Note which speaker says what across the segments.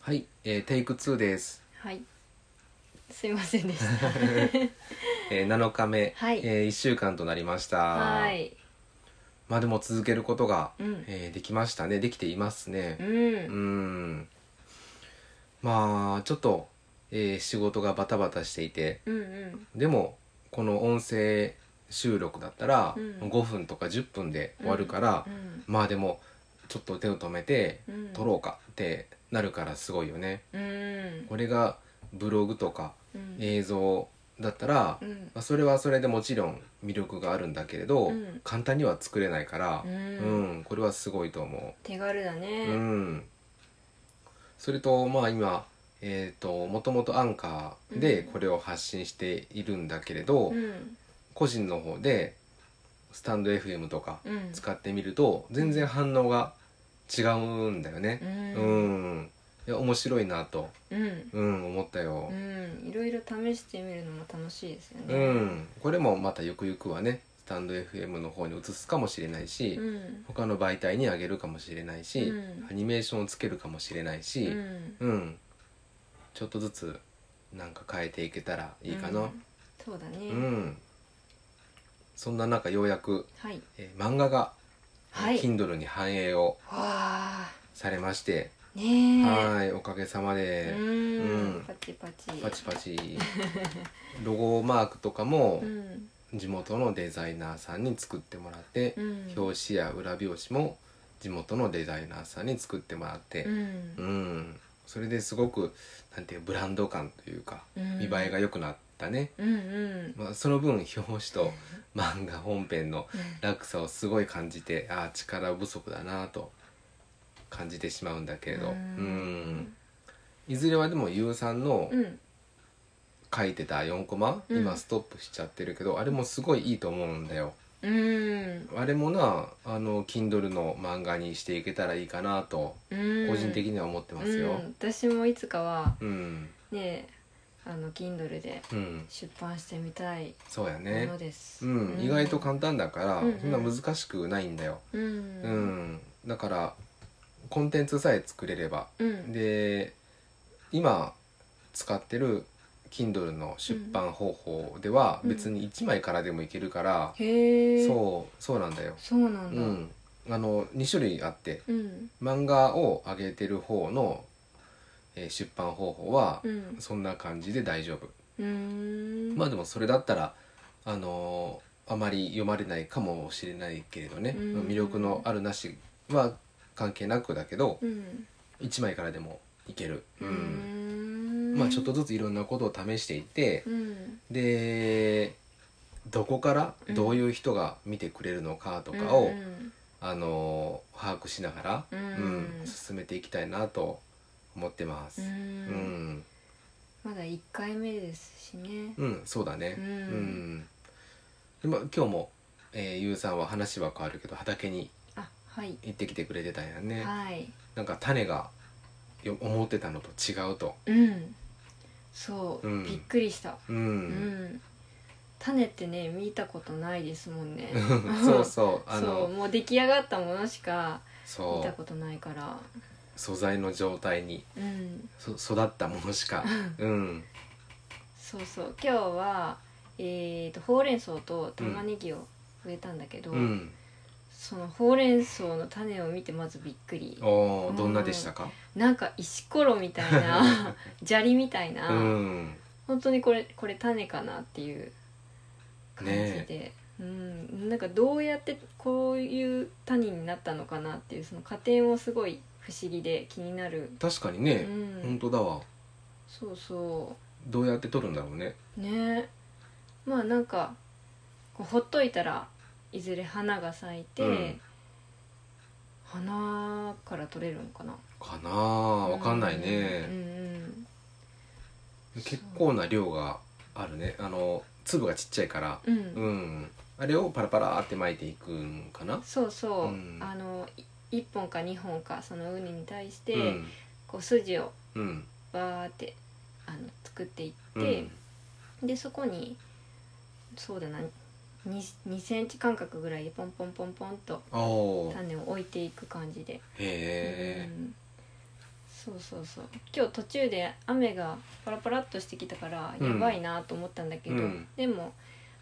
Speaker 1: はい、えーテイク2です、
Speaker 2: はい。すいません でした。
Speaker 1: えー7日目、
Speaker 2: はい
Speaker 1: え1週間となりました
Speaker 2: はい。
Speaker 1: まあでも続けることが、
Speaker 2: うん
Speaker 1: えーできましたねできていますね
Speaker 2: う
Speaker 1: うん
Speaker 2: ん。
Speaker 1: まあちょっと、えー仕事がバタバタしていて
Speaker 2: うんうん。
Speaker 1: でもこの音声収録だったら
Speaker 2: うん
Speaker 1: 5分とか10分で終わるから、
Speaker 2: うん
Speaker 1: まあでもちょっと手を止めて
Speaker 2: うん。
Speaker 1: 撮ろうかってなるからすごいよね。
Speaker 2: うん。うん。
Speaker 1: これがブログとか
Speaker 2: うん。
Speaker 1: 映像だったら、
Speaker 2: う
Speaker 1: ま
Speaker 2: ん。
Speaker 1: あ、それはそれでもちろん魅力があるんだけれど、
Speaker 2: うん
Speaker 1: 簡単には作れないから、う
Speaker 2: う
Speaker 1: ん
Speaker 2: ん。
Speaker 1: これはすごいと思
Speaker 2: 手軽だ
Speaker 1: う。う
Speaker 2: ね。
Speaker 1: ん、それとまあ今えー、ともともとアンカーでこれを発信しているんだけれど、
Speaker 2: うん。
Speaker 1: 個人の方でスタンド FM とか
Speaker 2: うん。
Speaker 1: 使ってみると全然反応が違うんだよね
Speaker 2: う。。
Speaker 1: うんん、いや面白いなと、
Speaker 2: うん。
Speaker 1: うん、思ったよ
Speaker 2: う。ん。いろいろ試してみるのも楽しいですよね。
Speaker 1: う。ん、これもまたゆくゆくはねスタンド FM の方に移すかもしれないし、
Speaker 2: うん。
Speaker 1: 他の媒体にあげるかもしれないし、
Speaker 2: うん
Speaker 1: アニメーションをつけるかもしれないし、
Speaker 2: うん。
Speaker 1: うんちょっとずつなんか変えていけたらいいかな。
Speaker 2: うん。そうだ
Speaker 1: うん、
Speaker 2: ね。
Speaker 1: そんな中ようやく、
Speaker 2: はい。
Speaker 1: えー漫画が、
Speaker 2: はい
Speaker 1: Kindle に反映を
Speaker 2: わあ。
Speaker 1: されまして、
Speaker 2: ねえ。
Speaker 1: はいおかげさまで、
Speaker 2: う
Speaker 1: うん
Speaker 2: ん。パチパチ。
Speaker 1: パチパチロゴマークとかも
Speaker 2: うん。
Speaker 1: 地元のデザイナーさんに作ってもらって、
Speaker 2: うん。
Speaker 1: 表紙や裏表紙も地元のデザイナーさんに作ってもらって
Speaker 2: う、ん
Speaker 1: うん、それですごくなんていうブランド感というか
Speaker 2: うん
Speaker 1: 見栄えが良くなったね、
Speaker 2: うんうん
Speaker 1: まあ、その分表紙と漫画本編の落差をすごい感じてああ力不足だなと感じてしまうんだけれど、
Speaker 2: う
Speaker 1: うんんいずれはでも YOU さんの
Speaker 2: うん
Speaker 1: 書いてた4コマ、
Speaker 2: うん
Speaker 1: 今ストップしちゃってるけどあれもすごいいいと思うんだよ。
Speaker 2: うん
Speaker 1: あれもなあの Kindle の漫画にしていけたらいいかなと
Speaker 2: うん
Speaker 1: 個人的には思ってますよ
Speaker 2: うん、私もいつかは
Speaker 1: うん
Speaker 2: ねあの Kindle で
Speaker 1: うん、
Speaker 2: 出版してみたい
Speaker 1: そうや
Speaker 2: も
Speaker 1: ね
Speaker 2: のです、
Speaker 1: うん、意外と簡単だから、
Speaker 2: うんうん
Speaker 1: そんな難しくないんだよ
Speaker 2: う
Speaker 1: うんん、だからコンテンツさえ作れれば
Speaker 2: うん
Speaker 1: で今使ってる Kindle の出版方法では
Speaker 2: うん
Speaker 1: 別に1枚からでもいけるから、
Speaker 2: へえ
Speaker 1: そうそうなんだよ
Speaker 2: そうなん
Speaker 1: うん
Speaker 2: だ
Speaker 1: あの2種類あって
Speaker 2: うん
Speaker 1: 漫画を上げてる方の、えー出版方法は
Speaker 2: うん
Speaker 1: そんな感じで大丈夫、
Speaker 2: うん
Speaker 1: まあでもそれだったらあのーあまり読まれないかもしれないけれどね、
Speaker 2: うん
Speaker 1: 魅力のあるなしは関係なくだけど
Speaker 2: うん
Speaker 1: 1枚からでもいける、
Speaker 2: う
Speaker 1: うん
Speaker 2: ん
Speaker 1: まあちょっとずついろんなことを試していって
Speaker 2: うん
Speaker 1: でどこからどういう人が見てくれるのかとかを、
Speaker 2: うん
Speaker 1: あのー把握しながら、
Speaker 2: う
Speaker 1: うん
Speaker 2: ん
Speaker 1: 進めていきたいなと思ってます。
Speaker 2: うん
Speaker 1: うん、
Speaker 2: まだ一回目ですしね
Speaker 1: うん、そうだね。
Speaker 2: うん
Speaker 1: うんでまあ今日も、えー、ゆうさんは話は変わるけど畑に
Speaker 2: あはい
Speaker 1: 行ってきてくれてたんやね。
Speaker 2: はい
Speaker 1: なんか種がよ思ってたのと違うと。
Speaker 2: うんそう、
Speaker 1: うん
Speaker 2: びっくりした
Speaker 1: う。
Speaker 2: うんん種ってね見たことないですもんね
Speaker 1: そう そう あ
Speaker 2: そう
Speaker 1: の
Speaker 2: もう出来上がったものしか見
Speaker 1: そ
Speaker 2: た
Speaker 1: う
Speaker 2: ことないから
Speaker 1: 素材の状態に
Speaker 2: うん
Speaker 1: そ育ったものし か。うん
Speaker 2: そうそう今日はえー、とほうれん草と玉ねぎを植えたんだけど、
Speaker 1: うん。
Speaker 2: そのほうれん草の種を見てまずびっくり
Speaker 1: おおどんなでしたか。
Speaker 2: なんか石ころみたいな 砂利みたいな、
Speaker 1: うん。
Speaker 2: 本当にこれこれ種かなっていう感じで、
Speaker 1: ね
Speaker 2: うん、なんかどうやってこういう種になったのかなっていうその過程もすごい不思議で気になる、
Speaker 1: 確かに
Speaker 2: う
Speaker 1: ね、
Speaker 2: ん、
Speaker 1: 本当だわ。
Speaker 2: そうそ
Speaker 1: どうやって取るんだろうね。
Speaker 2: うねまあなんかこうほっといたらいずれ花が咲いて、
Speaker 1: うん
Speaker 2: 花から取れるのかな
Speaker 1: かなあわかんないね。
Speaker 2: うんうん
Speaker 1: 結構な量があるねあの粒がちっちゃいから
Speaker 2: うん、
Speaker 1: うん、あれをパラパラって巻いていくんかな
Speaker 2: そうそ
Speaker 1: う
Speaker 2: う、
Speaker 1: ん
Speaker 2: あのい1本か2本かそのウニに対して、
Speaker 1: うん
Speaker 2: こう筋を
Speaker 1: うん
Speaker 2: バーってあの作っていっ
Speaker 1: う
Speaker 2: て
Speaker 1: ん、
Speaker 2: でそこにそうだな 2, 2センチ間隔ぐらいでポンポンポンポンと
Speaker 1: おーへ
Speaker 2: 種を置いていく感じで、
Speaker 1: え
Speaker 2: うん、そうそうそう今日途中で雨がパラパラっとしてきたから
Speaker 1: うん
Speaker 2: やばいなと思ったんだけど、
Speaker 1: うん
Speaker 2: でも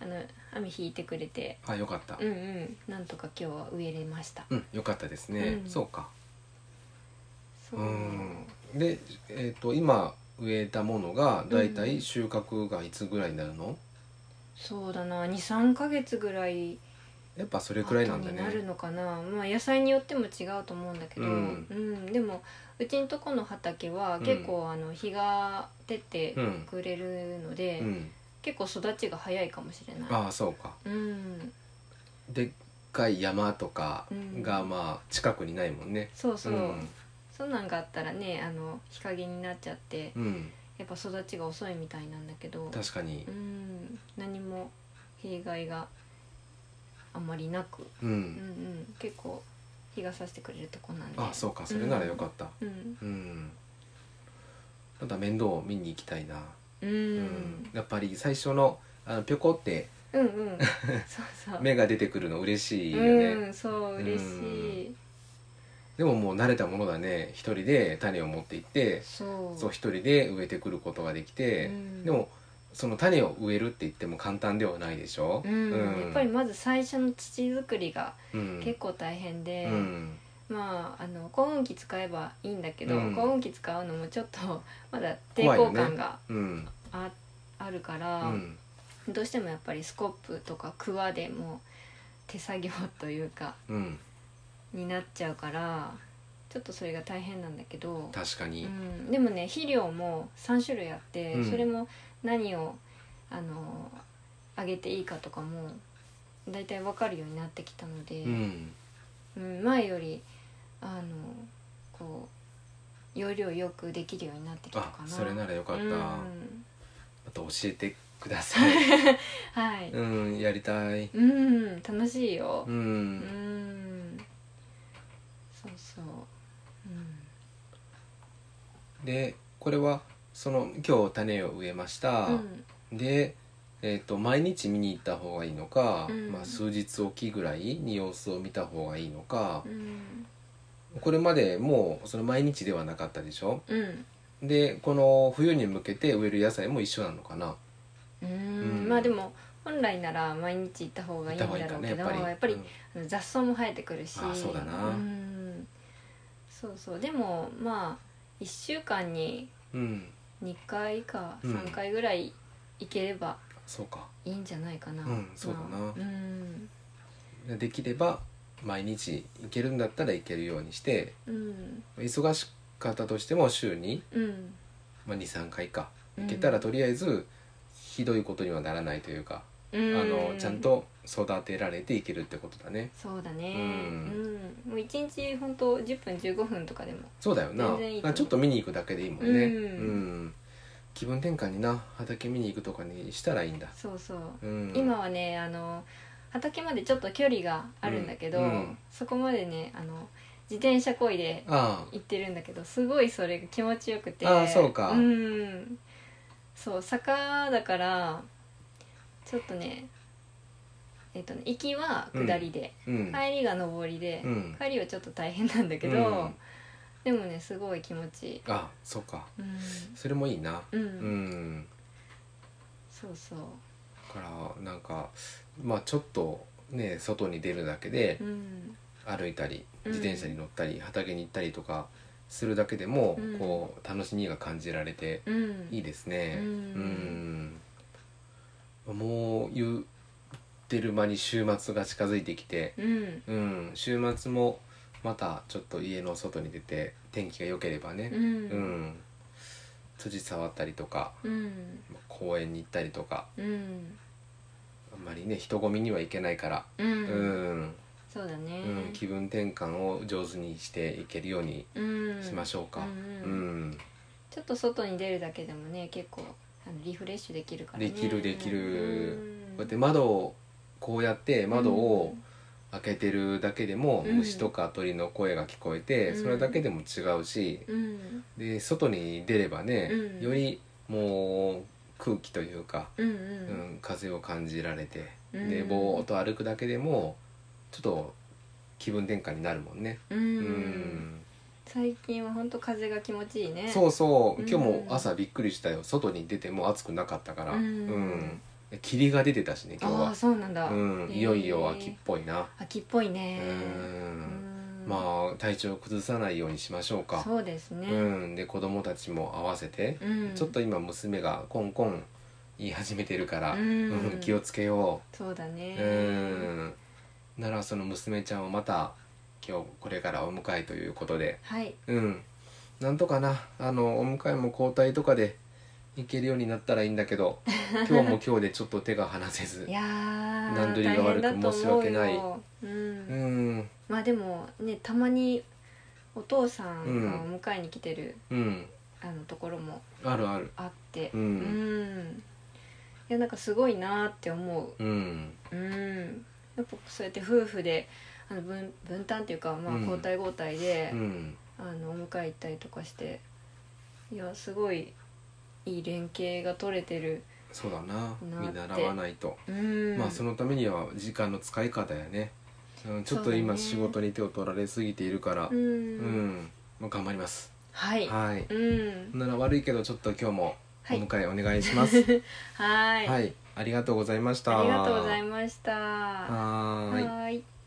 Speaker 2: あの雨引いてくれて
Speaker 1: あよかった
Speaker 2: うんうんなんとか今日は植えれました
Speaker 1: うん、よかったですね、
Speaker 2: うん
Speaker 1: そうか
Speaker 2: そう
Speaker 1: うんで、えー、と今植えたものがだいたい収穫がいつぐらいになるの、
Speaker 2: そうだな23ヶ月ぐらい
Speaker 1: やっぱそれくらいなんだ
Speaker 2: 後になる
Speaker 1: ね
Speaker 2: のかな、まあ、野菜によっても違うと思うんだけど、
Speaker 1: う
Speaker 2: うんんでもうちんとこの畑は結構あの日が出て
Speaker 1: うん
Speaker 2: くれるので、
Speaker 1: うん
Speaker 2: 結構育ちが早いかもしれない。
Speaker 1: ああそうか
Speaker 2: うん、
Speaker 1: でっかい山とかが
Speaker 2: うん
Speaker 1: まあ近くにないもんね
Speaker 2: そうそう、
Speaker 1: うん
Speaker 2: そんなんがあったらねあの日陰になっちゃって
Speaker 1: うん、
Speaker 2: やっぱ育ちが遅いみたいなんだけど、
Speaker 1: 確かに
Speaker 2: うん、何も弊害があんまりなく、
Speaker 1: うん、
Speaker 2: うんうん、結構日がさしてくれるとこなんで
Speaker 1: ああそうかそれならよかった
Speaker 2: うん
Speaker 1: うん、ただ面倒を見に行きたいな、
Speaker 2: う
Speaker 1: うんやっぱり最初のあのピョコって
Speaker 2: う んうんそうそう
Speaker 1: 芽が出てくるの嬉しいよね、
Speaker 2: うんそう嬉しい
Speaker 1: でももう慣れたものだね一人で種を持って行って
Speaker 2: そう
Speaker 1: そう一人で植えてくることができて、
Speaker 2: うん
Speaker 1: でもその種を植えるって言っても簡単ではないでしょ、
Speaker 2: うん
Speaker 1: うん
Speaker 2: やっぱりまず最初の土作りが
Speaker 1: うん
Speaker 2: 結構大変で、
Speaker 1: うん
Speaker 2: まああの耕運機使えばいいんだけど、
Speaker 1: うん
Speaker 2: 耕運機使うのもちょっと まだ抵
Speaker 1: 怖いよ
Speaker 2: 抗
Speaker 1: ね
Speaker 2: 感が
Speaker 1: うん
Speaker 2: あ,、あるか
Speaker 1: う
Speaker 2: ら、
Speaker 1: ん
Speaker 2: どうしてもやっぱりスコップとかクワでも手作業というか
Speaker 1: うん
Speaker 2: になっちゃうからちょっとそれが大変なんだけど
Speaker 1: 確かに、
Speaker 2: うん、でもね肥料も3種類あって、
Speaker 1: うん
Speaker 2: それも何をあのあげていいかとかも大体分かるようになってきたので、
Speaker 1: うん
Speaker 2: うん前よりあのこう要領よくできるようになってきた
Speaker 1: あ
Speaker 2: かな。
Speaker 1: それならよかった、
Speaker 2: うん
Speaker 1: また教えてくださ い
Speaker 2: はい、うん
Speaker 1: うんやりたい
Speaker 2: 楽しいよ
Speaker 1: う。、
Speaker 2: うんんそうそう、うん
Speaker 1: でこれはその今日種を植えました、
Speaker 2: うん
Speaker 1: で、えー、と毎日見に行った方がいいのか、
Speaker 2: うん
Speaker 1: まあ、数日おきぐらいに様子を見た方がいいのか
Speaker 2: う、ん
Speaker 1: これまでもうその毎日ではなかったでしょ
Speaker 2: うん
Speaker 1: でこの冬に向けて植える野菜も一緒なのかな
Speaker 2: うー
Speaker 1: うん
Speaker 2: んまあでも本来なら毎日行った方がいいんだろうけどやっぱり
Speaker 1: うん
Speaker 2: 雑草も生えてくるし
Speaker 1: あそうだな
Speaker 2: うんそうそうでもまあ1週間に
Speaker 1: うん
Speaker 2: 2回か
Speaker 1: うん
Speaker 2: 3回ぐらい行ければ
Speaker 1: そうか
Speaker 2: いいんじゃないかな、
Speaker 1: うんそうだな
Speaker 2: まあうん
Speaker 1: できれば毎日行けるんだったら行けるようにして
Speaker 2: うん
Speaker 1: 忙しかったとしても週に、
Speaker 2: うん
Speaker 1: まあ、23回か
Speaker 2: うん
Speaker 1: 行けたらとりあえずひどいことにはならないというか、
Speaker 2: うん
Speaker 1: あのちゃんと育てられていけるってことだね
Speaker 2: そうだね
Speaker 1: う
Speaker 2: うんん、もう1日本当10分15分とかでも
Speaker 1: そうだよな
Speaker 2: 全然いいと思う
Speaker 1: あちょっと見に行くだけでいいもんね
Speaker 2: うん
Speaker 1: ん気分転換にな畑見に行くとかにしたらいいんだ
Speaker 2: そうそ
Speaker 1: う
Speaker 2: う
Speaker 1: ん
Speaker 2: 今はねあの畑までちょっと距離があるんだけど、
Speaker 1: うんうん
Speaker 2: そこまでねあの自転車こいで
Speaker 1: あ
Speaker 2: 行ってるんだけどすごいそれが気持ちよくて
Speaker 1: あーそうか
Speaker 2: うんそう坂だからちょっとねえっ、とね行きは下りで、
Speaker 1: あうん
Speaker 2: 帰りが上りで、
Speaker 1: うん
Speaker 2: 帰りはちょっと大変なんだけど、
Speaker 1: うん
Speaker 2: でもねすごい気持ちいい、
Speaker 1: あそうか
Speaker 2: うん
Speaker 1: それもいいな
Speaker 2: うん
Speaker 1: うん、
Speaker 2: そうそう
Speaker 1: だからなんかまあちょっとね外に出るだけで
Speaker 2: うん
Speaker 1: 歩いたり
Speaker 2: うん
Speaker 1: 自転車に乗ったり、畑に行ったりとかするだけでも、
Speaker 2: うん
Speaker 1: こう楽しみが感じられて
Speaker 2: うん
Speaker 1: いいですね
Speaker 2: うん
Speaker 1: うんもう言ってる間に週末が近づいてきて
Speaker 2: うん
Speaker 1: うん週末もまたちょっと家の外に出て天気が良ければね、
Speaker 2: うん
Speaker 1: うん、辻触ったりとか
Speaker 2: うん
Speaker 1: 公園に行ったりとか
Speaker 2: うん
Speaker 1: あんまりね人混みには行けないから、
Speaker 2: う
Speaker 1: うん
Speaker 2: ん
Speaker 1: うん
Speaker 2: そうだね、
Speaker 1: 気分転換を上手にしていけるように
Speaker 2: うん
Speaker 1: しましょうか。
Speaker 2: う
Speaker 1: う
Speaker 2: んうん
Speaker 1: ん
Speaker 2: ちょっと外に出るだけでもね結構あのリフレッシュできるからね
Speaker 1: できるできる
Speaker 2: う
Speaker 1: こ
Speaker 2: ん
Speaker 1: うやって窓をこうやって窓を開けてるだけでも
Speaker 2: うん
Speaker 1: 虫とか鳥の声が聞こえて
Speaker 2: うん
Speaker 1: それだけでも違うし
Speaker 2: うん
Speaker 1: で外に出ればね
Speaker 2: うん
Speaker 1: よりもう空気というか
Speaker 2: うんうん
Speaker 1: うん、風を感じられて、
Speaker 2: うん
Speaker 1: でぼーっと歩くだけでもちょっと気分転換になるもんね。
Speaker 2: うん
Speaker 1: うん
Speaker 2: 最近は本当風が気持ちいいね
Speaker 1: そうそう
Speaker 2: うん
Speaker 1: 今日も朝びっくりしたよ外に出ても暑くなかったから
Speaker 2: う
Speaker 1: うんん霧が出てたしね今日
Speaker 2: ああ
Speaker 1: は
Speaker 2: そうなんだ、
Speaker 1: うん
Speaker 2: へえ
Speaker 1: いよいよ秋っぽいな
Speaker 2: 秋っぽいうね
Speaker 1: ん
Speaker 2: うん
Speaker 1: まあ体調崩さないようにしましょうか
Speaker 2: そうです
Speaker 1: う
Speaker 2: ね、
Speaker 1: んで子供たちも合わせて
Speaker 2: うん
Speaker 1: ちょっと今娘がコンコン言い始めてるから
Speaker 2: う
Speaker 1: うん
Speaker 2: ん
Speaker 1: 気をつけよ
Speaker 2: そうだ
Speaker 1: う
Speaker 2: ね
Speaker 1: うんならその娘ちゃんをまた今日これからお迎えということで
Speaker 2: はい
Speaker 1: うんなんとかなあのお迎えも交代とかで行けるようになったらいいんだけ ど今日も今日でちょっと手が離せず
Speaker 2: いやー
Speaker 1: 段取りが悪く
Speaker 2: 大変だと思うよ
Speaker 1: 申し訳ない
Speaker 2: うん
Speaker 1: うん
Speaker 2: まあでもねたまにお父さんがお迎えに来てる、
Speaker 1: うん
Speaker 2: あのところも
Speaker 1: あるある
Speaker 2: あって
Speaker 1: うん
Speaker 2: んいやなんかすごいなーって思
Speaker 1: うん
Speaker 2: ううんやっぱそうやって夫婦であの分分担っていうか、まあ、
Speaker 1: うん
Speaker 2: 交代交代で、
Speaker 1: うん
Speaker 2: あのお迎え行ったりとかしていやすごいいい連携が取れてる
Speaker 1: そうだな
Speaker 2: な
Speaker 1: 見習わないと
Speaker 2: うん
Speaker 1: まあそのためには時間の使い方やね、うん、ちょっ
Speaker 2: そう
Speaker 1: と
Speaker 2: だね
Speaker 1: 今仕事に手を取られすぎているから
Speaker 2: うん、
Speaker 1: うん、もう頑張ります
Speaker 2: はい、
Speaker 1: はい
Speaker 2: うん
Speaker 1: なら悪いけどちょっと今日もお
Speaker 2: はい
Speaker 1: 迎えお願いします、はい
Speaker 2: はい、
Speaker 1: ありがとうございました
Speaker 2: ありがとうございましたは
Speaker 1: はーい
Speaker 2: ーい